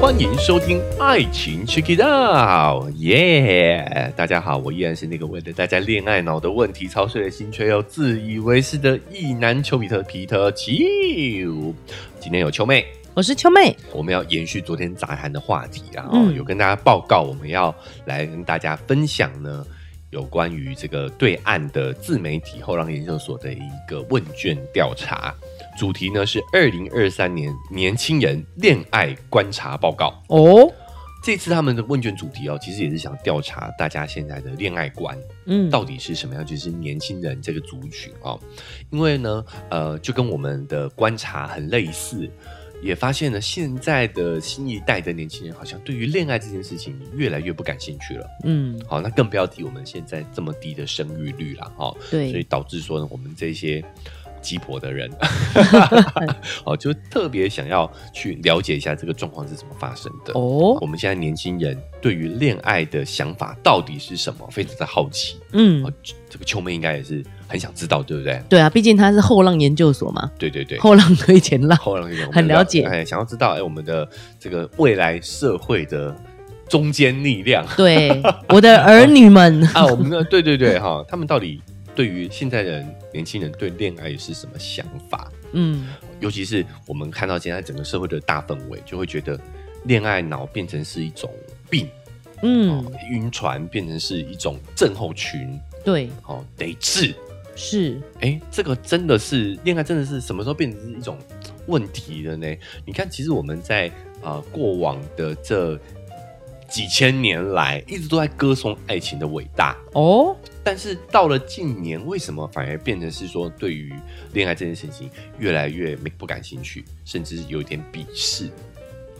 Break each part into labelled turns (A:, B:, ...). A: 欢迎收听《爱情 Check It Out》，耶！大家好，我依然是那个为了大家恋爱脑的问题操碎了心却又自以为是的意男丘比特皮特丘。今天有秋妹，
B: 我是秋妹，
A: 我们要延续昨天杂谈的话题啊、哦，
B: 嗯
A: 有跟大家报告，我们要来跟大家分享呢。有关于这个对岸的自媒体后浪研究所的一个问卷调查，主题呢是二零二三年年轻人恋爱观察报告。
B: 哦，
A: 这次他们的问卷主题哦，其实也是想调查大家现在的恋爱观
B: 嗯，
A: 到底是什么样，就是年轻人这个族群哦。因为呢，呃，就跟我们的观察很类似，也发现呢，现在的新一代的年轻人好像对于恋爱这件事情越来越不感兴趣了。
B: 嗯，
A: 好，那更不要提我们现在这么低的生育率了哦，所以
B: 对，
A: 导致说呢，我们这些鸡婆的人，哦，就特别想要去了解一下这个状况是怎么发生的。
B: 哦，
A: 我们现在年轻人对于恋爱的想法到底是什么，非常的好奇。
B: 嗯
A: 哦，，这这个秋妹应该也是很想知道，对不对？
B: 对啊，毕竟他是后浪研究所嘛，
A: 对对对。
B: 后浪推前 浪，
A: 后来我们
B: 很了解
A: 哎，想要知道哎，我们的这个未来社会的中坚力量
B: 对，我的儿女们，
A: 啊，我们的对对对哈、他们到底对于现在的年轻人对恋爱是什么想法？
B: 嗯，
A: 尤其是我们看到现在整个社会的大氛围，就会觉得恋爱脑变成是一种病，哦
B: 嗯，
A: 晕船变成是一种症候群，
B: 对，
A: 哦，得治。
B: 是，
A: 哎，这个真的是恋爱，真的是什么时候变成是一种问题了呢？你看，其实我们在啊、呃过往的这几千年来，一直都在歌颂爱情的伟大，
B: 哦，
A: 但是到了近年，为什么反而变成是说对于恋爱这件事情越来越没不感兴趣，甚至是有一点鄙视？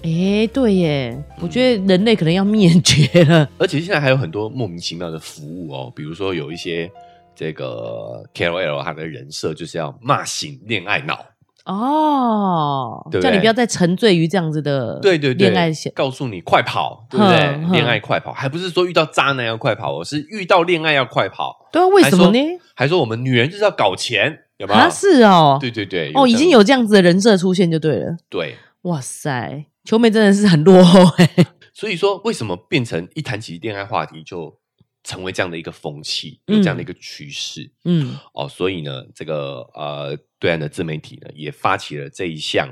B: 诶，对耶，我觉得人类可能要灭绝了，
A: 而且现在还有很多莫名其妙的服务哦，比如说有一些这个 KOL 他的人设就是要骂醒恋爱脑，
B: 哦
A: 对，不对
B: 叫你不要再沉醉于这样子的，
A: 对对对，
B: 恋爱线，
A: 告诉你快跑，对不对
B: 哼？哼
A: 恋爱快跑，还不是说遇到渣男要快跑，我是遇到恋爱要快跑，
B: 对啊，为什么呢？
A: 还说我们女人就是要搞钱，有没有？
B: 啊，是哦，
A: 对对对，
B: 哦，
A: 这样
B: 已经有这样子的人设出现就对了，
A: 对。
B: 哇塞，球妹真的是很落后哎，
A: 所以说，为什么变成一谈起恋爱话题就成为这样的一个风气，有
B: 嗯
A: 这样的一个趋势、
B: 嗯，
A: 哦？所以呢，这个呃，对岸的自媒体呢，也发起了这一项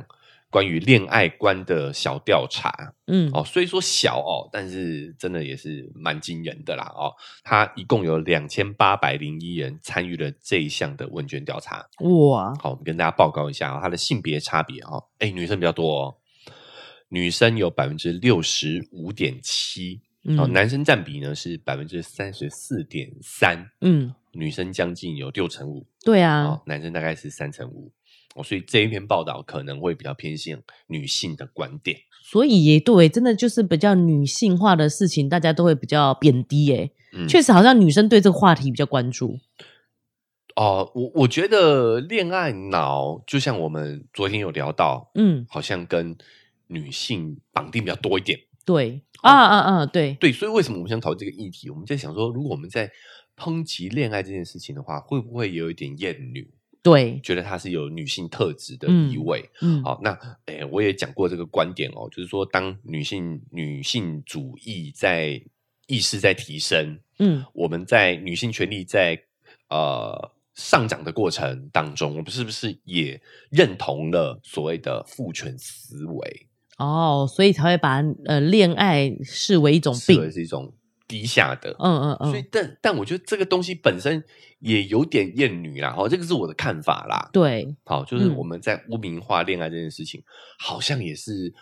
A: 关于恋爱观的小调查
B: 嗯，
A: 哦。虽说小哦，但是真的也是蛮惊人的啦哦。它一共有两千八百零一人参与了这一项的问卷调查。
B: 哇，
A: 好，我们跟大家报告一下、哦、它的性别差别哦。哎，女生比较多哦，女生有百分之六十五点七。
B: 嗯
A: 哦，男生占比呢是百分之三十四点三，
B: 嗯，
A: 女生将近有六成五，
B: 对啊
A: 哦，，男生大概是三成五。哦，所以这一篇报道可能会比较偏向女性的观点。
B: 所以也对，真的就是比较女性化的事情，大家都会比较贬低耶。
A: 嗯
B: 确实，好像女生对这个话题比较关注。
A: 哦，我我觉得恋爱脑就像我们昨天有聊到，
B: 嗯，
A: 好像跟女性绑定比较多一点。
B: 对
A: 哦
B: 啊啊啊，对，
A: 对，所以为什么我们想讨论这个议题？我们在想说，如果我们在抨击恋爱这件事情的话，会不会有一点厌女？
B: 对，
A: 觉得它是有女性特质的
B: 嗯
A: 意味？
B: 嗯，
A: 好，那诶、我也讲过这个观点哦，就是说，当女性女性主义在意识在提升，
B: 嗯，
A: 我们在女性权利在呃上涨的过程当中，我们是不是也认同了所谓的父权思维，
B: 哦，所以才会把呃恋爱视为一种
A: 思
B: 病
A: 维。是一种低下的？
B: 嗯嗯
A: 所以
B: 嗯，，
A: 但但我觉得这个东西本身也有点厌女啦，哦，这个是我的看法啦。
B: 对，
A: 好，就是
B: 嗯
A: 我们在污名化恋爱这件事情，好像也是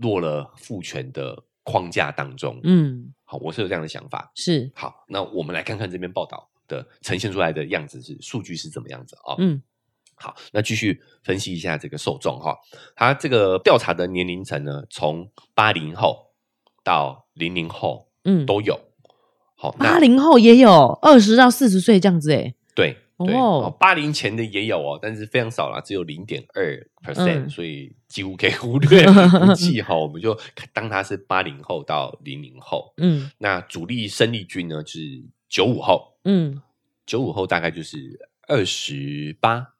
A: 落了父权的框架当中。
B: 嗯，
A: 好，我是有这样的想法。
B: 是，
A: 好，那我们来看看这篇报道的呈现出来的样子是数据是怎么样子啊、哦？
B: 嗯
A: 好，那继续分析一下这个受众哈、他这个调查的年龄层呢，从八零后到零零后
B: 嗯，
A: 都有。好，那
B: 八零后也有二十到四十岁这样子哎。
A: 对对，
B: 哦
A: 哦，八零前的也有哦，但是非常少啦，只有零点二 percent，
B: 嗯
A: 所以几乎可以忽略不计哈，我们就当它是八零后到零零后。
B: 嗯
A: 那主力生力军呢就是九五后，
B: 嗯，
A: 九五后大概就是二十八，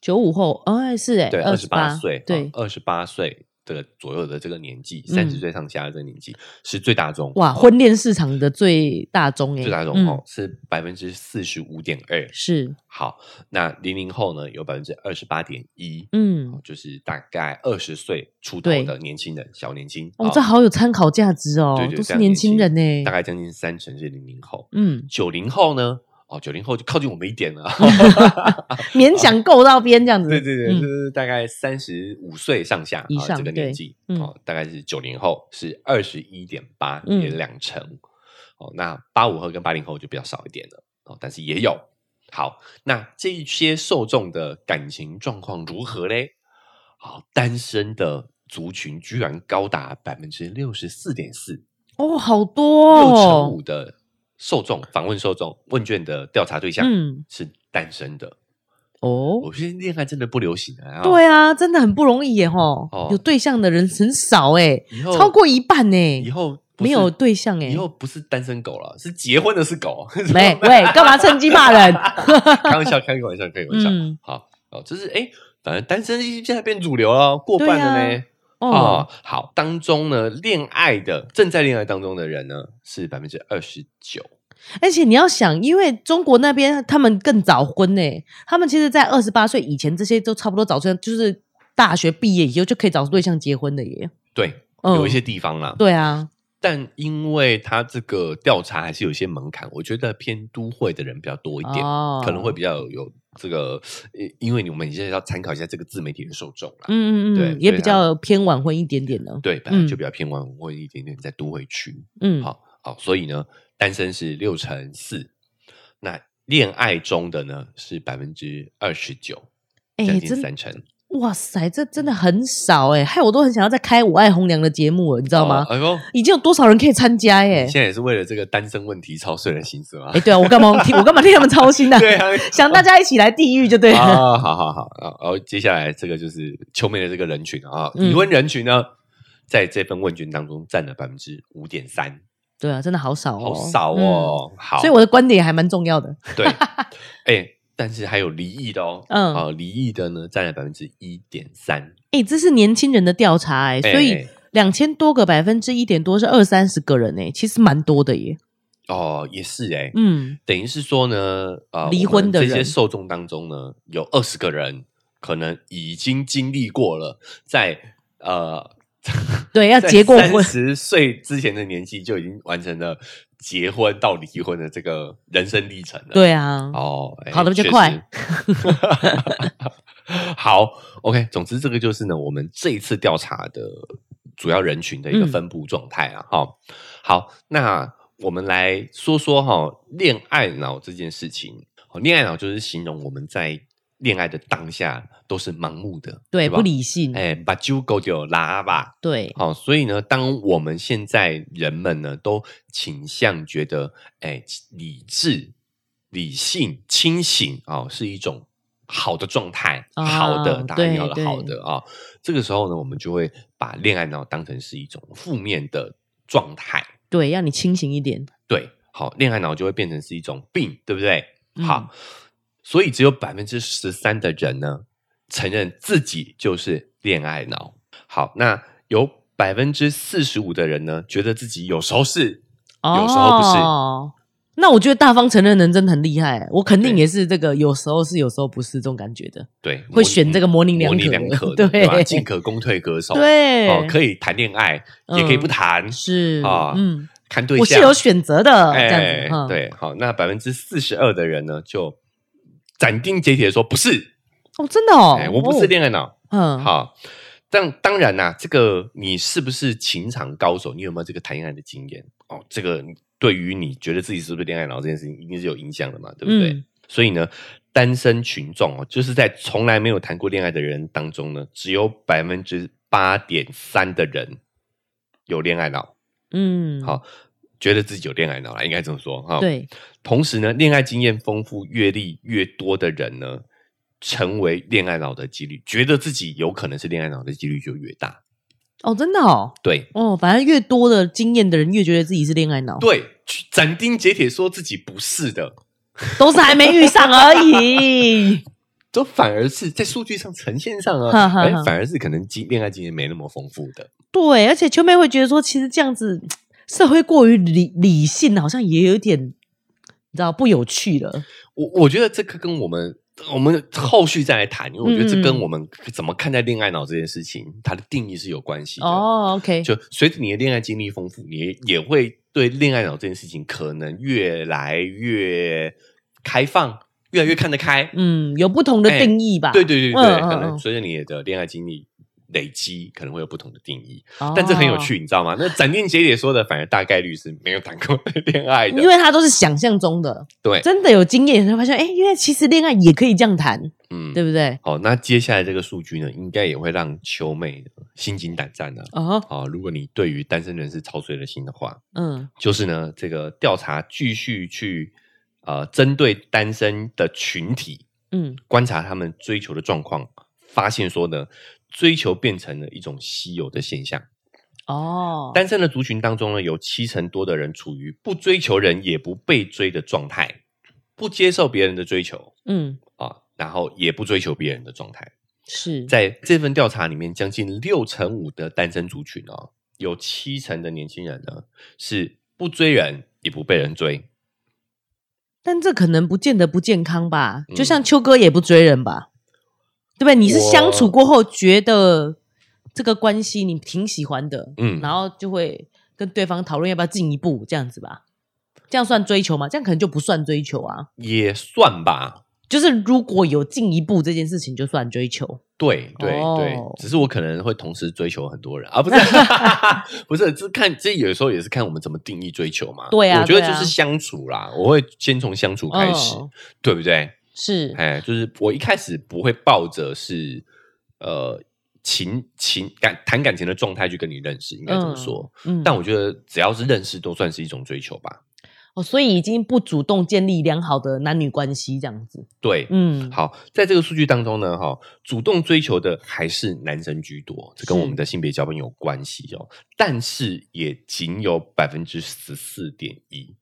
B: 九五后，哎是哎，
A: 对，二
B: 二
A: 十八岁，啊哦
B: 对，
A: 二十八岁。这个左右的这个年纪，
B: 嗯
A: 三十岁上下的这个年纪是最大宗
B: 哇，婚恋市场的最大宗哎，
A: 最大宗
B: 嗯
A: 哦、是百分之四十五点二。
B: 是，
A: 好，那零零后呢有百分之二十八点一，哦
B: 嗯，
A: 就是大概二十岁出头
B: 对
A: 的年轻人，小年轻
B: 哦
A: 啊，
B: 这好有参考价值哦
A: 对，对
B: 都
A: 非
B: 是
A: 常
B: 年
A: 年
B: 轻
A: 轻
B: 人呢，
A: 大概将近三成是零零后。
B: 嗯，
A: 九零后呢？哦，九零后就靠近我们一点了。
B: 勉强够到边这样子，
A: 对对对，
B: 嗯
A: 就是大概三十五岁上下
B: 以
A: 啊
B: 上
A: 这个年纪
B: 对嗯
A: 哦，大概是九零后是二十一点八，
B: 嗯
A: 也两成。哦，那八五后跟八零后就比较少一点了哦，但是也有。好，那这一些受众的感情状况如何嘞？好，单身的族群居然高达百分之六十四点四，
B: 哦，好多
A: 六成
B: 哦
A: 五，的受众访问受众问卷的调查对象
B: 嗯，
A: 是单身的。
B: 哦，
A: 我觉得恋爱真的不流行啊，
B: 对啊，真的很不容易耶吼
A: 哦，
B: 有对象的人很少哎，
A: 以后
B: 超过一半呢
A: 以，后不是
B: 没有对象哎
A: 以，后不是单身狗了，是结婚的是狗。
B: 喂喂，干嘛趁机骂人？
A: 开玩笑，开个玩笑，开个玩笑。
B: 嗯
A: 好哦，就是哎，诶反正单身现在变主流了，过半了
B: 对
A: 呢
B: 啊。
A: 哦
B: 哦，，
A: 好，当中呢，恋爱的正在恋爱当中的人呢是百分之二十九，
B: 而且你要想，因为中国那边他们更早婚呢、他们其实，在二十八岁以前，这些都差不多早就就是大学毕业以后就可以找对象结婚的耶。
A: 对，
B: 嗯
A: 有一些地方啦，
B: 对啊，
A: 但因为他这个调查还是有一些门槛，我觉得偏都会的人比较多一点，
B: 哦
A: 可能会比较有有这个，呃因为你们现在要参考一下这个自媒体的受众啦。
B: 嗯嗯
A: 对啊
B: 嗯，也
A: 对
B: 比较偏晚婚一点点的。
A: 对，本来就
B: 嗯
A: 比较偏晚婚一点点，在都会区。
B: 嗯，
A: 好、好，所以呢，单身是六乘四，那恋爱中的呢是百分之二十九，
B: 哎、
A: 将近
B: 真
A: 三成，知
B: 哇塞，这真的很少哎、害我都很想要再开《我爱红娘》的节目了，你知道吗？
A: 哎呦，
B: 已经有多少人可以参加耶、
A: 你现在也是为了这个单身问题操碎了心思吗
B: 哎、？对啊，我干嘛替我干嘛替他们操心 呢、
A: 对啊，
B: 想大家一起来地狱就 对了。
A: 啊，好好好，然后然后接下来这个就是秋妹的这个人群啊，
B: 嗯
A: 已婚人群呢，在这份问卷当中占了百分之五点三，
B: 对啊，真的好少哦，
A: 好少哦。好，
B: 嗯所以我的观点还蛮 重要的。
A: 对，哎，但是还有离异的哦，
B: 嗯
A: 啊，离异的呢占了百分之一点三，
B: 哎、这是年轻人的调查哎、
A: 哎
B: 所以两千多个百分之一点多是二三十个人哎、其实蛮多的耶。
A: 哦也是哎，
B: 嗯，
A: 等于是说呢，啊，
B: 离婚的
A: 我
B: 人
A: 们这些受众当中呢，有二十个人可能已经经历过了，在呃。
B: 对， 要
A: 在
B: 结过婚，
A: 十岁之前的年纪就已经完成了结婚到离婚的这个人生历程了。，
B: 对啊，
A: 哦，哎
B: 跑得比较快。
A: 确实 好，OK，总之这个就是呢，我们这一次调查的主要人群的一个
B: 嗯
A: 分布状态啊。哈、好，那我们来说说哈、恋爱脑这件事情。哦恋爱脑就是形容我们在恋爱的当下都是盲目的，
B: 对，
A: 吧
B: 不理性，
A: 哎，把酒狗丢拉吧。
B: 对，
A: 好、所以呢，当我们现在人们呢都倾向觉得，哎，理智、理性、清醒啊、是一种好的状态，
B: 啊
A: 好的，当然
B: 对
A: 要有
B: 对
A: 好的啊、这个时候呢，我们就会把恋爱脑当成是一种负面的状态，
B: 对，让你清醒一点。
A: 对，好，恋爱脑就会变成是一种病，对不对？
B: 嗯
A: 好，所以只有百分之十三的人呢，承认自己就是恋爱脑。好，那有百分之四十五的人呢，觉得自己有时候是，有时候不是
B: 哦那我觉得大方承认人真的很厉害，我肯定
A: 对
B: 也是这个，有时候是，有时候不是这种感觉的，
A: 对，
B: 会选这个模棱
A: 模
B: 两
A: 棱
B: 可
A: 两
B: 的，
A: 可的，对 吧？
B: 对
A: 进可攻，退可守，，
B: 对，
A: 哦，可以谈恋爱，也可以不
B: 嗯
A: 谈，
B: 是
A: 啊
B: 嗯，
A: 看对
B: 我
A: 象
B: 是有选择的，这
A: 哎，
B: 样子，嗯，
A: 对，好，那百分之四十二的人呢，就斩钉截铁地说不是，
B: 哦，真的哦
A: 哎，，我不是恋爱脑。
B: 哦，嗯，
A: 好，但当然啦、这个你是不是情场高手？你有没有这个谈恋爱的经验？哦，这个对于你觉得自己是不是恋爱脑这件事情，一定是有影响的嘛，对不对？
B: 嗯
A: 所以呢，单身群众哦，就是在从来没有谈过恋爱的人当中呢，只有百分之八点三的人有恋爱脑，
B: 嗯，
A: 好觉得自己有恋爱脑啦，应该这么说哈。。
B: 对，
A: 同时呢，恋爱经验丰富、阅历越多的人呢，成为恋爱脑的几率，觉得自己有可能是恋爱脑的几率就越大。
B: 哦，真的哦，
A: 对
B: 哦，反正越多的经验的人，越觉得自己是恋爱脑，
A: 对，斩钉截铁说自己不是的，
B: 都是还没遇上而已。
A: 都反而是在数据上呈现上
B: 哈
A: 啊，
B: 哈
A: 哎
B: 哈，
A: 反而是可能经恋爱经验没那么丰富的。
B: 对，而且秋妹会觉得说，其实这样子社会过于理理性，好像也有点，你知道不有趣了。
A: 我我觉得这个跟我们我们后续再来谈，因为我觉得这
B: 嗯
A: 跟我们怎么看待恋爱脑这件事情，它的定义是有关系的。
B: 哦，OK，
A: 就随着你的恋爱经历丰富，你也也会对恋爱脑这件事情可能越来越开放，越来越看得开。
B: 嗯，有不同的
A: 哎
B: 定义吧。
A: 对对对对，
B: 嗯嗯
A: 可能
B: 嗯
A: 随着你的恋爱经历累积，可能会有不同的定义。
B: 哦
A: 但这很有，趣，你知道吗？那斩钉截铁说的，反而大概率是没有谈过 恋爱
B: 因
A: 的。哎
B: 为它都是想象中的，
A: 对，
B: 真的有经验你会发现，哎，因为其实恋爱也可以这样谈，
A: 嗯，
B: 对不对？
A: 好，那接下来这个数据呢，应该也会让秋妹心惊胆战啊。
B: 哦，
A: 好，如果你对于单身人士操碎了心的话，
B: 嗯，
A: 就是呢，这个调查继续去呃，针对单身的群体
B: 嗯，
A: 观察他们追求的状况，发现说呢，追求变成了一种稀有的现象。
B: 哦，
A: 单身的族群当中呢，有七成多的人处于不追求人也不被追的状态，不接受别人的追求
B: 嗯，
A: 啊，然后也不追求别人的状态。
B: 是，
A: 在这份调查里面，将近六成五的单身族群哦，有七成的年轻人呢是不追人也不被人追。
B: 但这可能不见得不健康吧？
A: 嗯
B: 就像秋哥也不追人吧，对不对？你是
A: 我
B: 相处过后觉得这个关系你挺喜欢的，
A: 嗯，
B: 然后就会跟对方讨论要不要进一步这样子吧？这样算追求吗？这样可能就不算追求啊。
A: 也算吧。
B: 就是如果有进一步这件事情，就算追求。
A: 对对、
B: 哦
A: 对，只是我可能会同时追求很多人啊，不 是不是，这看这有时候也是看我们怎么定义追求嘛。
B: 对啊
A: 我觉得
B: 对
A: 就
B: 啊
A: 是相处啦，我会先从相处开始，
B: 嗯
A: 对不对？
B: 是，
A: 哎，就是我一开始不会抱着是呃情情感谈感情的状态去跟你认识，应该这么说？
B: 嗯
A: 但我觉得只要是认识，都算是一种追求吧。
B: 哦，所以已经不主动建立良好的男女关系这样子。
A: 对，
B: 嗯，
A: 好，在这个数据当中呢，哈、主动追求的还是男生居多，这跟
B: 是
A: 我们的性别交换有关系哦。但是也仅有百分之十四点一，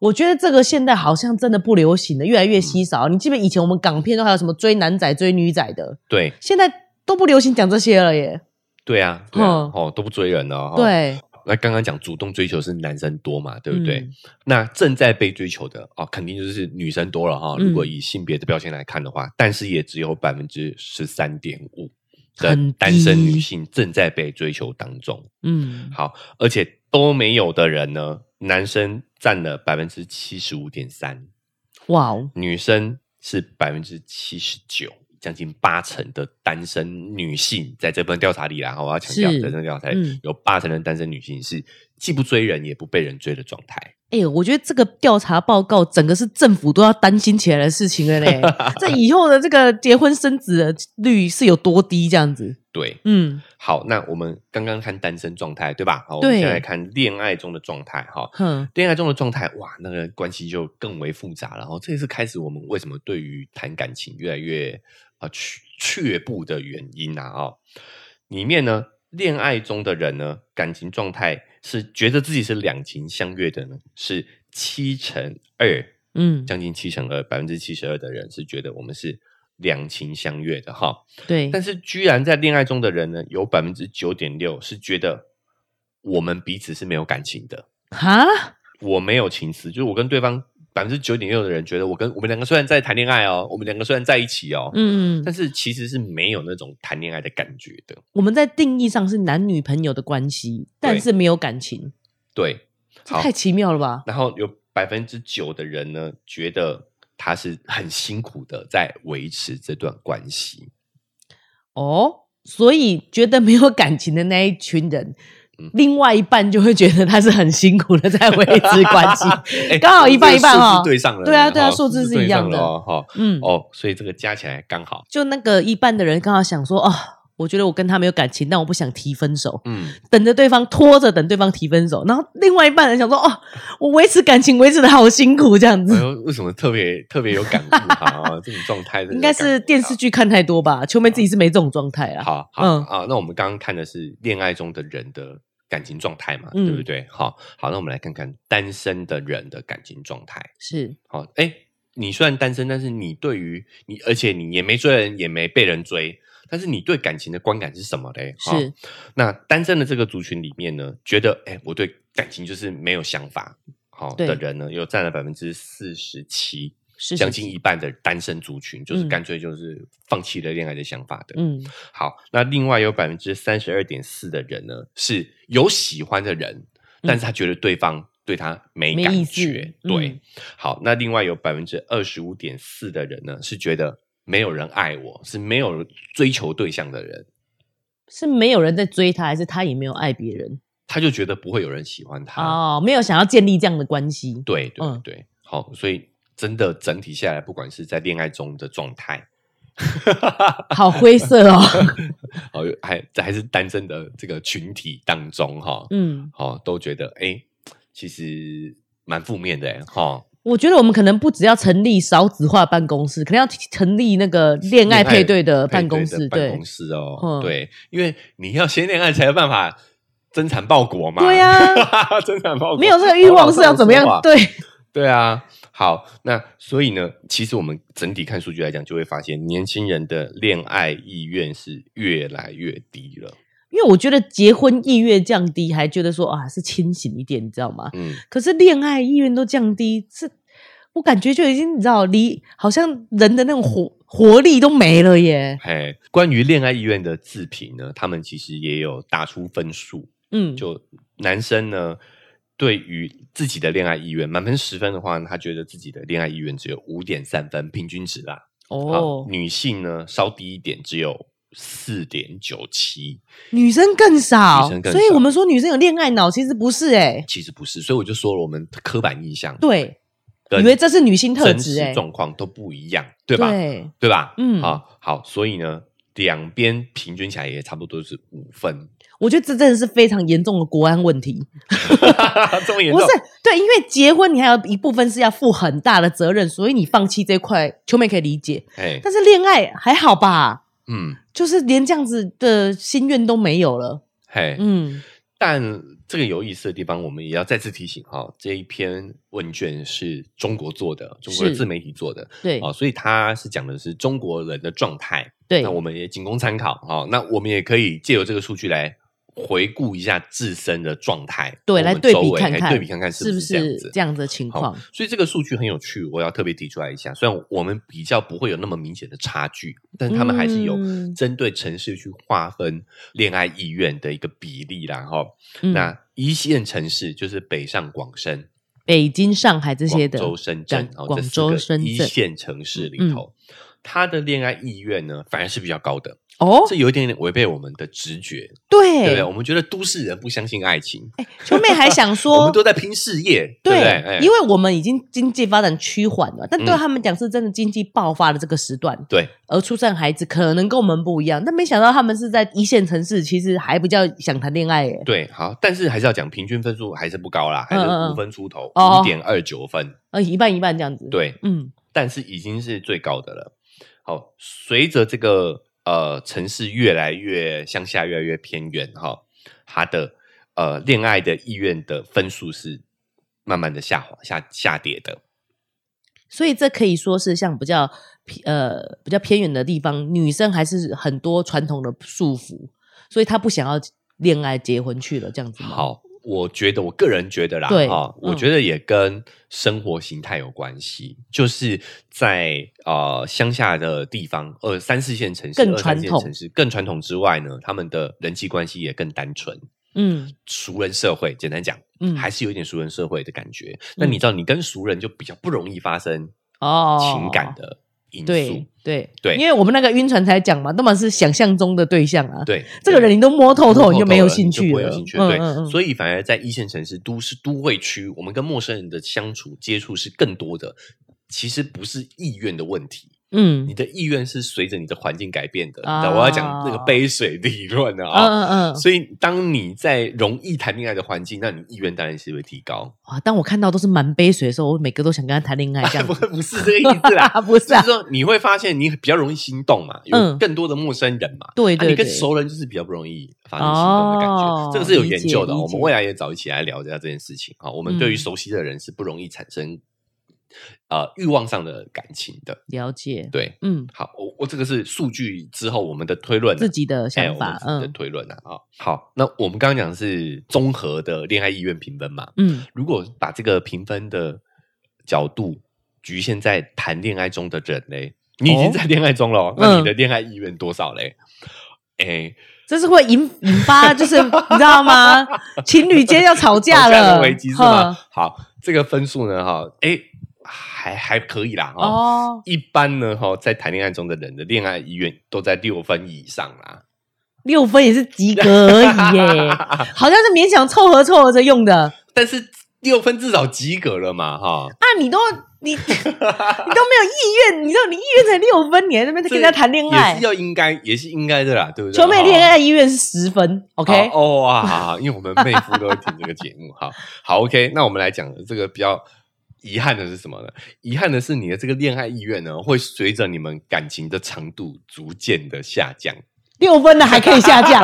B: 我觉得这个现在好像真的不流行了，越来越稀少。
A: 嗯
B: 你记不记得以前我们港片都还有什么追男仔、追女仔的，
A: 对
B: 现在都不流行讲这些了耶。
A: 对啊，对啊
B: 嗯
A: 哦，都不追人了、哦。，
B: 对，
A: 那刚刚讲主动追求是男生多嘛，对不对？
B: 嗯
A: 那正在被追求的哦，肯定就是女生多了哈、
B: 嗯
A: 如果以性别的标签来看的话，但是也只有百分之十三点五的
B: 很低
A: 单身女性正在被追求当中。
B: 嗯，
A: 好，而且都没有的人呢，男生占了百分之七十五点三，
B: 哇哦，
A: 女生是百分之七十九，将近八成的单身女性在这份调查里啦，我要强调，
B: 是
A: 在这份调查
B: 嗯
A: 里有八成的单身女性是既不追人也不被人追的状态。
B: 哎、我觉得这个调查报告整个是政府都要担心起来的事情 了嘞。这以后的这个结婚生子的率是有多低这样子？
A: 对，
B: 嗯，
A: 好，那我们刚刚看单身状态，对吧？好，我
B: 对
A: 们现在看恋爱中的状态，哈。
B: 哼，
A: 恋爱中的状态，哇，那个关系就更为复杂了。哦，这也是开始我们为什么对于谈感情越来越啊却却步的原因啊。哦，里面呢，恋爱中的人呢，感情状态是觉得自己是两情相悦的呢，是七成二，
B: 嗯，
A: 将近七成二，百分之七十二的人是觉得我们是两情相悦的哈。
B: 对，
A: 但是居然在恋爱中的人呢，有百分之九点六是觉得我们彼此是没有感情的。
B: 哈，
A: 我没有情丝，就是我跟对方百分之九点六的人觉得我跟我们两个虽然在谈恋爱哦，我们两个虽然在一起哦，
B: 嗯，
A: 但是其实是没有那种谈恋爱的感觉的。
B: 我们在定义上是男女朋友的关系，但是没有感情，
A: 对，
B: 这
A: 好
B: 太奇妙了吧？
A: 然后有百分之九的人呢，觉得他是很辛苦的在维持这段关系。
B: 哦，所以觉得没有感情的那一群人，
A: 嗯
B: 另外一半就会觉得他是很辛苦的在维持关系。
A: 哎
B: 刚好一半
A: 这个
B: 一半
A: 数字
B: 哦
A: 对上了，
B: 对啊对啊
A: 哦
B: 数字是
A: 对
B: 一样
A: 上
B: 的
A: 了哦，哈
B: 嗯，
A: 哦，所以这个加起来刚好，
B: 就那个一半的人刚好想说，哦，我觉得我跟他没有感情，但我不想提分手，
A: 嗯，
B: 等着对方拖着等对方提分手，然后另外一半人想说，哦，我维持感情维持的好辛苦，这样
A: 哎
B: 子。
A: 呦，为什么特别特别有感悟哈？啊这种状态真的
B: 应该
A: 感
B: 是
A: 悟
B: 电
A: 到
B: 视剧看太多吧，秋妹自己是没这种状态啊。
A: 好好、
B: 嗯
A: 啊，那我们刚刚看的是恋爱中的人的感情状态嘛，
B: 嗯
A: 对不对？好好，那我们来看看单身的人的感情状态。
B: 是
A: 好，哎，你虽然单身，但是你对于你，而且你也没追人，也没被人追，但是你对感情的观感是什么嘞？哈
B: 是
A: 那单身的这个族群里面呢，觉得哎、我对感情就是没有想法，好、
B: 对
A: 的人呢，有占了百分之四十七，
B: 是
A: 将近一半的单身族群，就是
B: 嗯
A: 干脆就是放弃了恋爱的想法的。
B: 嗯
A: 好，那另外有百分之三十二点四的人呢，是有喜欢的人，但是他觉得对方对他没
B: 嗯没
A: 感
B: 意
A: 觉。
B: 思
A: 对，
B: 嗯
A: 好，那另外有百分之二十五点四的人呢，是觉得没有人爱我，是没有追求对象的人，
B: 是没有人在追他，还是他也没有爱别人？
A: 他就觉得不会有人喜欢他。
B: 哦，没有想要建立这样的关系。
A: 对对
B: 嗯
A: 对，好，所以真的整体下来，不管是在恋爱中的状态。
B: 好灰色哦。
A: 哦，还还是单身的这个群体当中哈，
B: 嗯，
A: 哦，都觉得哎、诶其实蛮负面的哎哈、
B: 我觉得我们可能不只要成立少子化办公室，可能要成立那个恋爱配对的呃办公室。
A: 配对的
B: 对
A: 办公室哦，
B: 嗯
A: 对，因为你要先恋爱才有办法增产报国嘛，
B: 对啊
A: 呀， 增产报国
B: 没有这个欲望是要怎么样
A: 老？老少
B: 对，
A: 对啊，好，那所以呢，其实我们整体看数据来讲，就会发现年轻人的恋爱意愿是越来越低了，
B: 因为我觉得结婚意愿降低，还觉得说啊是清醒一点，你知道吗？
A: 嗯。
B: 可是恋爱意愿都降低，是我感觉就已经你知道离好像人的那种活活力都没了耶。
A: 嘿，关于恋爱意愿的自评呢，他们其实也有打出分数，
B: 嗯，
A: 就男生呢，对于自己的恋爱意愿，满分十分的话呢，他觉得自己的恋爱意愿只有五点三分，平均值啦。
B: 哦
A: 好，女性呢稍低一点，只有四点九七，
B: 女生更少，
A: 女生更少
B: 所以我们说女生有恋爱脑，其实不是哎、
A: 其实不是。所以我就说了，我们刻板印象
B: 对，
A: 跟
B: 以为这是女性特
A: 真
B: 质
A: 实
B: 哎、
A: 状况都不一样，对吧？
B: 对
A: 对吧？
B: 嗯
A: 好好，所以呢，两边平均起来也差不多是五分，
B: 我觉得这真的是非常严重的国安问题。
A: 这么严
B: 不
A: 重？
B: 是对，因为结婚你还有一部分是要负很大的责任，所以你放弃这块，秋妹可以理解。
A: 哎，
B: 但是恋爱还好吧，
A: 嗯，
B: 就是连这样子的心愿都没有了。
A: 嘿，
B: 嗯，
A: 但这个有意思的地方，我们也要再次提醒哈、这一篇问卷是中国做的，中国的
B: 是
A: 自媒体做的
B: 对
A: 啊、所以它是讲的是中国人的状态。
B: 对
A: 那，我们也仅供参考哈、那我们也可以借由这个数据来回顾一下自身的状态，
B: 对，
A: 我们
B: 来对
A: 周
B: 比
A: 围
B: 看
A: 哎
B: 看，
A: 对比看看是
B: 不
A: 不是这样子。
B: 这样的情
A: 好
B: 况？
A: 所以这个数据很有趣，我要特别提出来一下。虽然我们比较不会有那么明显的差距，但是他们还是有
B: 嗯
A: 针对城市去划分恋爱意愿的一个比例啦。哈、
B: 嗯
A: 那一线城市就是北上广深、
B: 北京、上海这些的
A: 广州、深圳，
B: 广
A: 哦，
B: 广
A: 这四
B: 州
A: 个
B: 深
A: 一
B: 圳嗯
A: 线城市里头，他的恋爱意愿呢反而是比较高的，
B: 哦，
A: 这有一点点违背我们的直觉，对不对？
B: 对，
A: 我们觉得都市人不相信爱情，
B: 秋妹还想
A: 我
B: 说
A: 们，都在拼事业，对不
B: 对，
A: 对？哎
B: 因为我们已经经济发展趋缓了，但对
A: 嗯
B: 他们讲是真的经济爆发的这个时段，
A: 对
B: 而出生孩子可能跟我们不一样，但没想到他们是在一线城市，其实还比较想谈恋爱耶，
A: 对，好，但是还是要讲平均分数还是不高啦，还
B: 嗯嗯
A: 是
B: 嗯
A: 五分出头，
B: 哦
A: 五点二九分，
B: 呃，一半一半这样子，，
A: 对，
B: 嗯，
A: 但是已经是最高的了。好，随着这个呃城市越来越乡下，越来越偏远哈，他的呃恋爱的意愿的分数是慢慢的下滑下下跌的。
B: 所以这可以说是像比较呃比较偏远的地方，女生还是很多传统的束缚，所以她不想要恋爱结婚去了这样子吗，
A: 好，我觉得我个人觉得啦，
B: 对
A: 哈、我
B: 嗯
A: 觉得也跟生活形态有关系，就是在呃乡下的地方，呃三四线城市、
B: 更
A: 二三线
B: 传统
A: 城市更传统之外呢，他们的人际关系也更单纯，
B: 嗯
A: 熟人社会，简单讲。
B: 嗯，
A: 还是有一点熟人社会的感觉。那你知道，你跟熟人就比较不容易发生
B: 哦
A: 情感的因素
B: 对。对
A: 对
B: 因为我们那个晕船才讲嘛，那么是想象中的对象啊。，
A: 对，
B: 这个人你都摸透透，
A: 你
B: 你就没有兴
A: 就
B: 趣
A: 不会
B: 了。
A: 有兴趣。
B: 嗯
A: 对
B: 嗯嗯，
A: 所以反而在一线城市、都市、都会区，我们跟陌生人的相处接触是更多的。其实不是意愿的问题，你
B: 嗯
A: 的意愿是随着你的环境改变的。
B: 啊
A: 你知道我要讲那个杯水理论的
B: 嗯
A: 啊。
B: 嗯嗯，
A: 所以，当你在容易谈恋爱的环境，那你意愿当然是会提高。
B: 哇！啊当我看到都是满杯水的时候，我每个都想跟他谈恋爱，这样
A: 不
B: 子
A: 不是这个意思啦，
B: 不是
A: 就
B: 啊
A: 是？说你会发现你比较容易心动嘛，有
B: 嗯
A: 更多的陌生人嘛，
B: 对
A: 啊、
B: 对
A: 你跟
B: 对，
A: 熟人就是比较不容易发生心动的感觉，
B: 哦
A: 这个是有研究的。
B: 理解嗯
A: 我们未来也早一起来聊一下这件事情啊。我们对于熟悉的人是不容易产生呃欲望上的感情的。
B: 了解，
A: 对，
B: 嗯，
A: 好，我我这个是数据之后我们的推论啊、
B: 自己的
A: 哎
B: 想法，嗯
A: 我们自己的推论啊。啊、好，那我们刚刚讲的是综合的恋爱意愿评分嘛？
B: 嗯
A: 如果把这个评分的角度局限在谈恋爱中的人嘞，你已经在恋爱中了哦，那你的恋爱意愿多少嘞？哎、
B: 嗯，这是会引引发，就是你知道吗？情侣间要吵架
A: 吵
B: 了，
A: 的危机是吗
B: 哼？？
A: 好，这个分数呢，哈，哎，还还可以啦，哈、
B: 哦，
A: 一般呢，哈，在谈恋爱中的人的恋爱意愿都在六分以上啦。
B: 六分也是及格而 已耶，好像是勉强凑合凑合着用的。
A: 但是六分至少及格了嘛，哈。
B: 啊，你都你你都没有意愿，你知道你意愿才六分，你还在那边跟人家谈恋
A: 也
B: 爱
A: 是，要应该，也是应该的啦，对不对？
B: 求妹
A: 哈
B: 恋爱意愿是十分，OK？
A: 好哦啊，好好因为我们妹夫都会听这个节目，好 好 OK。那我们来讲这个比较遗憾的是什么呢？遗憾的是你的这个恋爱意愿呢，会随着你们感情的长度逐渐的下降。
B: 六分的还可以下降，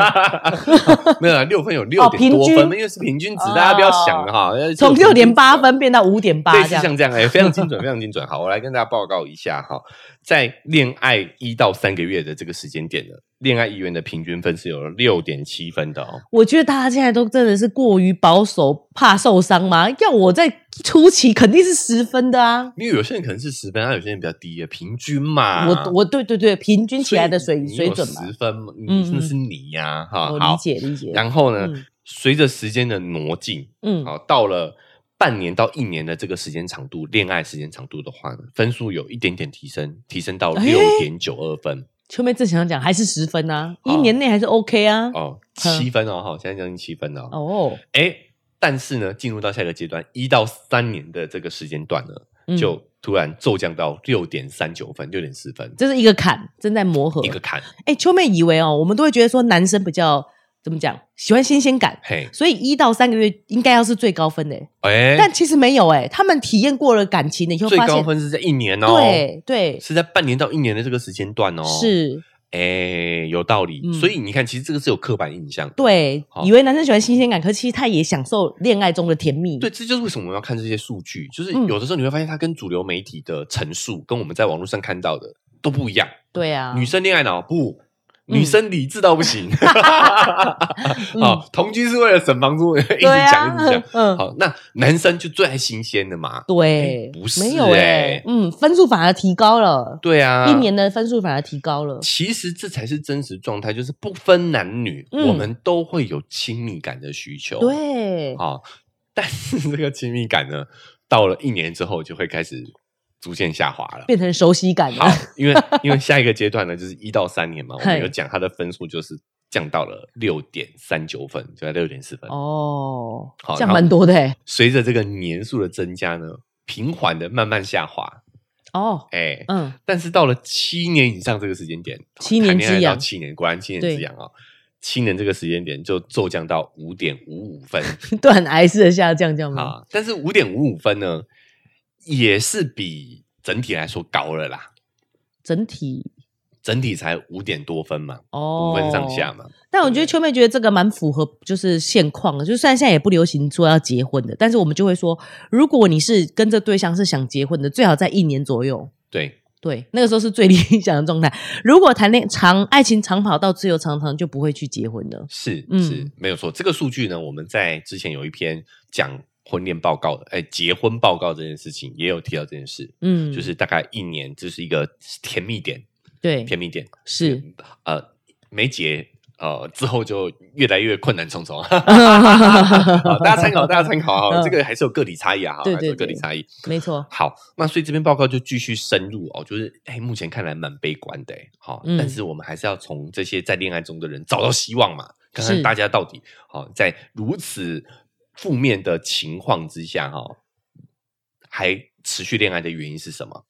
A: 没有啦，啊六分有六点多
B: 哦平均哦
A: 分，因为是平均值，大家不要想了哈。呃
B: 从
A: 这个平均
B: 六
A: 值
B: 点八分变到五点八
A: 类
B: 这
A: 似
B: 样。
A: 像这样，哎、非常精准，非 常精准。好，我来跟大家报告一下哈，在恋爱一到三个月的这个时间点呢，恋爱意愿的平均分是有六点七分的哦。
B: 我觉得大家现在都真的是过于保守，怕受伤吗？要我在初期肯定是十分的啊。
A: 因为有些人可能是十分，啊，有些人比较低耶，平均嘛。
B: 我我对对对，平均起来的水水准嘛
A: 十，分，
B: 嗯
A: 你那是你呀、哈。
B: 我
A: 好
B: 理解理解。
A: 然后呢，
B: 嗯
A: 随着时间的挪进，
B: 嗯，
A: 好，到了半年到一年的这个时间长度，恋爱时间长度的话呢，分数有一点点提升，提升到
B: 哎
A: 六点九二分、
B: 秋妹正想讲还是十分啊，
A: 哦
B: 一年内还是 OK 啊。
A: 哦，七分哦，哈，现在将近七分了哦。
B: 哦，
A: 哎、但是呢，进入到下一个阶段，一到三年的这个时间段呢，
B: 嗯
A: 就突然骤降到六点三九分，六点四分。
B: 这是一个坎，正在磨合
A: 一。个坎，
B: 哎，秋妹以为哦，我们都会觉得说男生比较怎么讲，喜欢新鲜感，
A: 嘿，
B: 所以一到三个月应该要是最高分的，
A: 哎、
B: 但其实没有哎，他们体验过了感情了以后
A: 最
B: 发
A: 高
B: 现，
A: 分是在一年哦，，
B: 对对
A: 是在半年到一年的这个时间段哦，，
B: 是，
A: 哎、有道理、
B: 嗯
A: 所以你看，其实这个是有刻板印象，
B: 对
A: 好，
B: 以为男生喜欢新鲜感，可其实他也享受恋爱中的甜蜜。
A: 对，这就是为什么我们要看这些数据，就是
B: 嗯
A: 有的时候你会发现它跟主流媒体的陈述，跟我们在网络上看到的都不一样。
B: 对啊，
A: 女生恋爱脑不？
B: 嗯
A: 女生理智到不 行，
B: 嗯
A: 哦，同居是为了省房租，一直
B: 对
A: 讲
B: 啊，
A: 一直讲。
B: 嗯，
A: 好，那男生就最爱新鲜的嘛，
B: 对，
A: 哎不是
B: 没有
A: 哎
B: 嗯，分数反而提高了，
A: 对啊，
B: 一年的分数反而提高了，
A: 其实这才是真实状态，就是不分男女，
B: 嗯
A: 我们都会有亲密感的需求。，
B: 对，
A: 哦好、但是这个亲密感呢，到了一年之后就会开始逐渐下滑了。
B: 变成熟悉感
A: 好
B: 了，，
A: 因为因为下一个阶段呢，就是一到三年嘛，我们
B: 嘿
A: 有讲它的分数就是降到了六点三九分，就在六点四分。
B: 哦
A: 好，
B: 这
A: 然
B: 样
A: 后
B: 蛮多的哎，
A: 随着这个年数的增加呢，平缓的慢慢下滑。
B: 哦，
A: 哎、
B: 嗯，
A: 但是到了七年以上这个时间点，
B: 七
A: 谈
B: 年
A: 恋爱
B: 之痒
A: 到七年，果然七年之痒啊、七年这个时间点就骤降到五点五五 分
B: 断崖式的下降，这样吗？
A: 啊，但是五点五五分呢，也是比整体来说高了啦，
B: 整体
A: 整体才五点多分嘛，
B: 哦，
A: 五分上下。嘛，
B: 但我觉得秋妹觉得这个蛮符合就是现况的，就虽然现在也不流行说要结婚的，但是我们就会说，如果你是跟这对象是想结婚的，最好在一年左右。
A: 对，
B: 对，那个时候是最 理想的状态。如果谈恋长爱情长跑到自由长长，就不会去结婚了。
A: 是
B: 嗯
A: 是、没有错。这个数据呢，我们在之前有一篇讲婚恋报告的，哎，结婚报告这件事情也有提到这件事，
B: 嗯，
A: 就是大概一年，这是一个甜蜜点，
B: 对，
A: 甜蜜点。
B: 是
A: 呃没结呃之后就越来越困难重重。 好，大家参考，大家参考哈，
B: 嗯
A: 这个还是有个体差异啊，哈
B: 对对
A: 还是有个
B: 对
A: 体差异。
B: 没错。
A: 好，那所以这篇报告就继续深入哦，就是哎，目前看来蛮悲观的哎，好，
B: 嗯
A: 但是我们还是要从这些在恋爱中的人找到希望嘛，看看
B: 是
A: 大家到底好在如此负面的情况之下哈，还持续恋爱的原因是什么？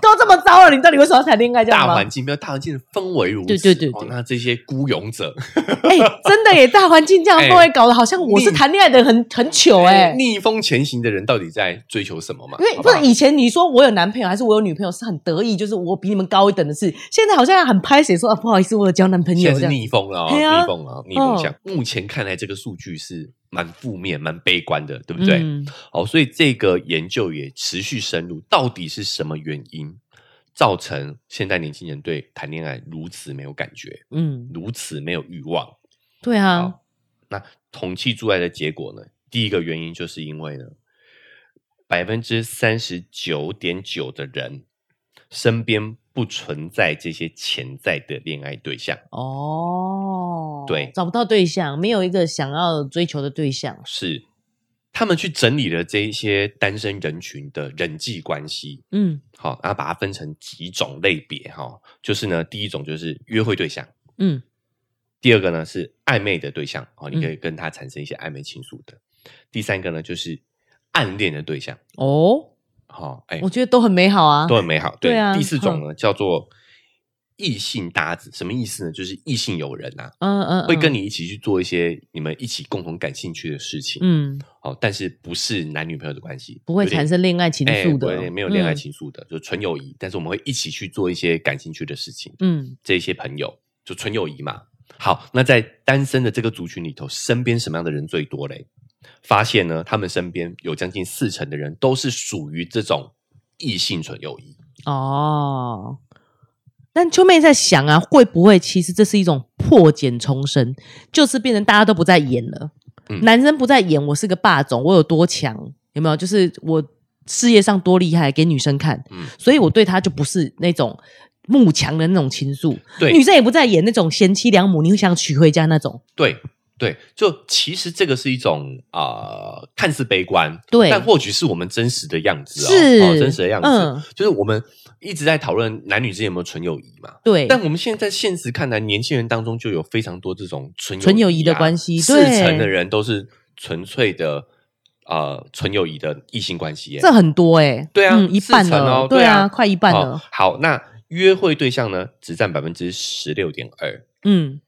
B: 都这么糟了，你到底为什么要谈恋爱？这样
A: 大
B: 吗？
A: 环境，没有大环境的氛围如此。
B: 对对对
A: 哦
B: 对，
A: 那这些孤勇者，
B: 哎、真的耶，大环境这样氛围搞得好像我是谈恋爱的人很很糗哎、
A: 逆风前行的人到底在追求什么嘛？
B: 因为
A: 好
B: 不
A: 不
B: 是
A: 好
B: 以前你说我有男朋友还是我有女朋友是很得意，就是我比你们高一等的事。现在好像很拍谁说啊，不好意思，我有交男朋友
A: 现在
B: 这
A: 是
B: 样。
A: 逆风了哦，
B: 对啊
A: 逆风了哦，逆风向。目前看来，这个数据是蛮负面、蛮悲观的，对不对？
B: 嗯
A: 哦，所以这个研究也持续深入，到底是什么原因造成现在年轻人对谈恋爱如此没有感觉，
B: 嗯，
A: 如此没有欲望？
B: 对啊，
A: 那统计出来的结果呢？第一个原因就是因为呢，百分之三十九点九的人身边不存在这些潜在的恋爱对象，
B: 哦，
A: 对
B: 找不到对象，没有一个想要追求的对象，
A: 是他们去整理了这一些单身人群的人际关系，
B: 嗯
A: 好，然后把它分成几种类别哈，就是呢，第一种就是约会对象，
B: 嗯
A: 第二个呢是暧昧的对象，哦，你可以
B: 嗯
A: 跟他产生一些暧昧情愫的，第三个呢就是暗恋的对象，
B: 哦，
A: 哈，哎
B: 我，觉得都很美好啊，
A: 都很美好，
B: 对啊
A: 第四种呢叫做异性搭子，什么意思呢？就是异性友人啊，
B: 嗯嗯，
A: 会跟
B: 你，
A: 你一起去做一些你们一起共同感兴趣的事情，
B: 嗯，
A: 哦，但是不是男女朋友的关系，
B: 不会
A: 有点
B: 产生恋爱情
A: 哎
B: 愫
A: 不会
B: 的，
A: 没有恋爱
B: 嗯，
A: 情愫的，就纯友谊。但是我们会一起去做一些感兴趣的事情，
B: 嗯
A: 这些朋友就纯友谊嘛。好，那在单身的这个族群里头，身边什么样的人最多嘞？发现呢，他们身边有将近四成的人都是属于这种异性纯友谊。
B: 哦。但秋妹在想啊，会不会其实这是一种破茧重生，就是变成大家都不再演了，
A: 嗯
B: 男生不再演我是个霸总，我有多强，有没有？就是我事业上多厉害，给女生看，
A: 嗯
B: 所以我对他就不是那种慕强的那种情愫，
A: 对
B: 女生也不再演那种贤妻良母，你会想娶回家那种，
A: 对对，就其实这个是一种啊、呃看似悲观，
B: 对
A: 但或许是我们真实的样子哦，
B: 是
A: 哦真实的样子，
B: 嗯
A: 就是我们一直在讨论男女之间有没有纯友谊嘛。
B: 对，
A: 但我们现在现实看来，年轻人当中就有非常多这种纯
B: 纯友谊
A: 谊
B: 的
A: 啊
B: 关系
A: 四
B: 对
A: 成的人都是纯粹的呃纯友谊的异性关系耶。
B: 这很多哎、
A: 对啊
B: 嗯，一半
A: 四成
B: 了，
A: 哦
B: 对
A: 对啊
B: 快一半了，
A: 哦好，那约会对象呢，只占百分之十六点二，
B: 嗯，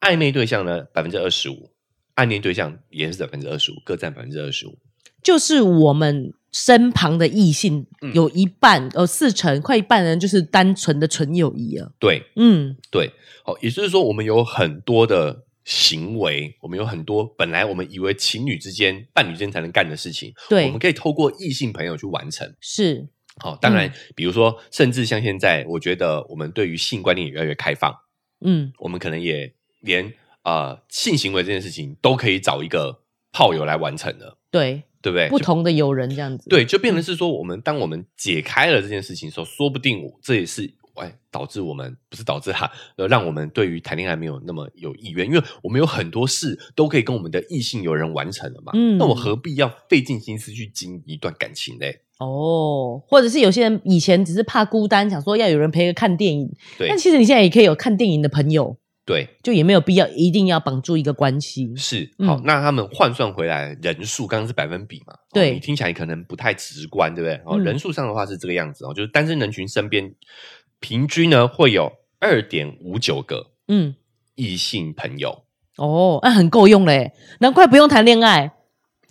A: 暧昧对象呢百分之二十五，暗恋对象也是百分之二十五，各占百分之二十五。
B: 就是我们身旁的异性
A: 嗯
B: 有一半，呃，四成快一半人就是单纯的纯友谊了，
A: 对
B: 嗯，
A: 对，好、也就是说，我们有很多的。行为，我们有很多本来我们以为情侣之间、伴侣之间才能干的事情，我
B: 对
A: 们，可以透过异性朋友去完成。
B: 是，
A: 好、当然
B: 嗯，
A: 比如说，甚至像现在，我觉得我们对于性观念也越来越开放，
B: 嗯，
A: 我们可能也连呃性行为这件事情都可以找一个炮友来完成了，
B: 对，
A: 对不对？
B: 不
A: 就
B: 同的友人这样子，
A: 对，就变成是说，我们当我们解开了这件事情的时候，说不定我这也是哎导致我们不是导致哈，呃，让我们对于谈恋爱没有那么有意愿，因为我们有很多事都可以跟我们的异性友人完成了嘛，
B: 嗯
A: 那我何必要费尽心思去经营一段感情嘞？
B: 哦，或者是有些人以前只是怕孤单，想说要有人陪着看电影，
A: 对
B: 但其实你现在也可以有看电影的朋友，
A: 对，
B: 就也没有必要一定要绑住一个关系，
A: 是
B: 嗯
A: 好，那他们换算回来人数，刚刚是百分比嘛？哦
B: 对
A: 你听起来可能不太直观，对不对？哦，
B: 嗯
A: 人数上的话是这个样子哦，就是单身人群身边平均呢会有二点五九个
B: 嗯，
A: 异性朋友，
B: 哦，那很够用嘞，难怪不用谈恋爱，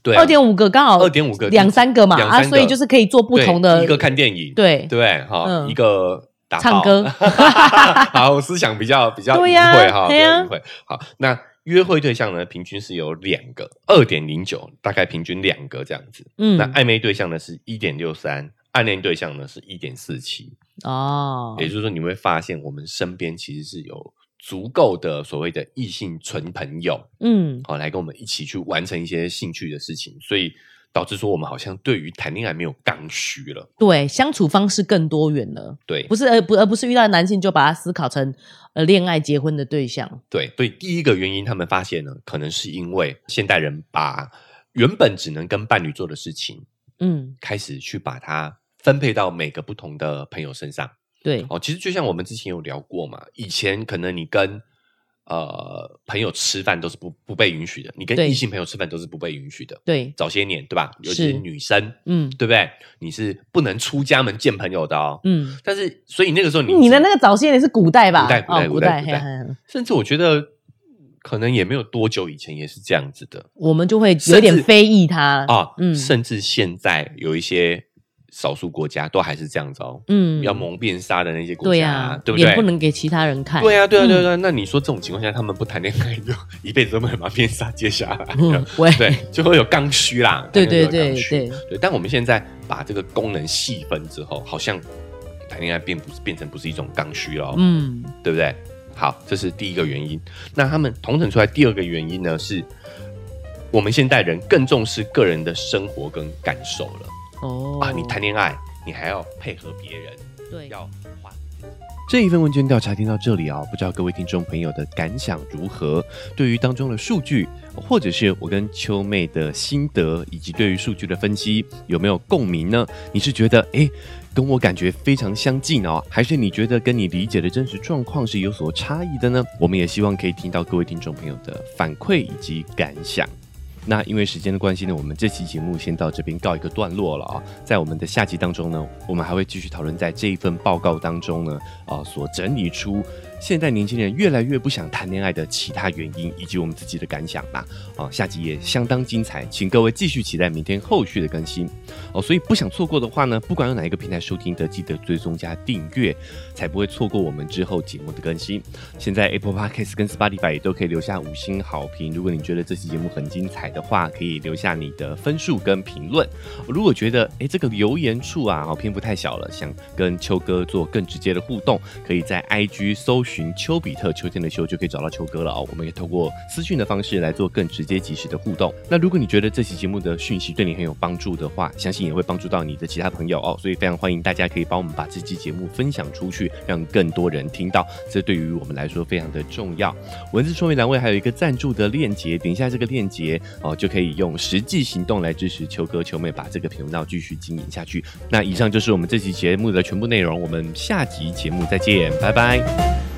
A: 对啊、
B: 二点五个刚好
A: 2.5个
B: 两三个嘛
A: 两
B: 啊，
A: 三个
B: 所以就是可以做不
A: 对
B: 同的
A: 一个看电影，
B: 对
A: 对不对哈，
B: 嗯
A: 一个打
B: 唱
A: 炮
B: 歌
A: 好，我思想比较比较
B: 对
A: 隐
B: 呀
A: 晦哈，比
B: 对呀
A: 较隐晦。好，那约会对象呢，平均是有两个，二点零九，大概平均两个这样子。
B: 嗯
A: 那暧昧对象呢是一点六三，暗恋对象呢是一点四七，
B: 哦
A: 也就是说你会发现我们身边其实是有足够的所谓的异性纯朋友
B: 嗯
A: 哦，来跟我们一起去完成一些兴趣的事情，所以导致说我们好像对于谈恋爱没有刚需了，
B: 对相处方式更多元了，
A: 对
B: 不是呃而不而不是遇到男性就把他思考成呃恋爱结婚的对象，
A: 对对，第一个原因他们发现呢，可能是因为现代人把原本只能跟伴侣做的事情，
B: 嗯
A: 开始去把它分配到每个不同的朋友身上。
B: 对
A: 哦，其实就像我们之前有聊过嘛，以前可能你跟呃朋友吃饭都是不不被允许的，你跟
B: 对
A: 异性朋友吃饭都是不被允许的。
B: 对
A: 早些年对吧？尤其
B: 是
A: 是女生，
B: 嗯
A: 对不对？你是不能出家门见朋友的哦。
B: 嗯，
A: 但嗯是，所以那个时候你
B: 你的那个早些年是古代吧？
A: 古代古代
B: 哦
A: 古代
B: 嘿
A: 古代
B: 嘿嘿
A: 甚至我觉得可能也没有多久以前也是这样子的
B: 我们就会有点
A: 甚至
B: 非议他
A: 啊。
B: 嗯
A: 甚至现在有一些少数国家都还是这样子哦，
B: 嗯，
A: 要蒙面杀的那些国
B: 对
A: 家、啊
B: 呀，
A: 对不
B: 脸
A: 对？
B: 不能给其他人看，
A: 对啊，对啊，
B: 嗯
A: 对啊，对啊。那你说这种情况下，他们不谈恋爱，就 一辈子都没有把面纱揭下来，
B: 嗯， 喂，
A: 对，就会有刚需啦。
B: 对
A: 谈恋
B: 对
A: 爱就会有
B: 对
A: 刚需
B: 对，
A: 对，但我们现在把这个功能细分之后，好像谈恋爱变不是变成不是一种刚需了、哦
B: 嗯，
A: 对不对？好，这是第一个原因。那他们同整出来第二个原因呢，是我们现代人更重视个人的生活跟感受了、
B: 哦，
A: 啊！你谈恋爱，你还要配合别人，
B: 对，
A: 要还。这一份问卷调查听到这里啊、不知道各位听众朋友的感想如何？对于当中的数据，或者是我跟秋妹的心得，以及对于数据的分析，有没有共鸣呢？你是觉得诶跟我感觉非常相近哦，还是你觉得跟你理解的真实状况是有所差异的呢？我们也希望可以听到各位听众朋友的反馈以及感想。那因为时间的关系呢，我们这期节目先到这边告一个段落了啊、在我们的下集当中呢，我们还会继续讨论在这一份报告当中呢，啊、所整理出现代年轻人越来越不想谈恋爱的其他原因，以及我们自己的感想啦。啊、下集也相当精彩，请各位继续期待明天后续的更新哦。所以不想错过的话呢，不管用哪一个平台收听的，记得追踪加订阅，才不会错过我们之后节目的更新。现在 Apple Podcast 跟 Spotify 也都可以留下五星好评。如果你觉得这期节目很精彩的话，可以留下你的分数跟评论。如果觉得诶这个留言处啊，哦篇幅太小了，想跟秋哥做更直接的互动，可以在 IG 搜寻丘比特秋天的秋就可以找到秋哥了哦。我们也透过私讯的方式来做更直接及时的互动。那如果你觉得这期节目的讯息对你很有帮助的话，相信也会帮助到你的其他朋友哦。所以非常欢迎大家可以帮我们把这期节目分享出去，让更多人听到，这对于我们来说非常的重要。文字说明栏位还有一个赞助的链接，点一下这个链接哦，就可以用实际行动来支持秋哥秋妹把这个频道继续经营下去。那以上就是我们这期节目的全部内容，我们下集节目再见，拜拜。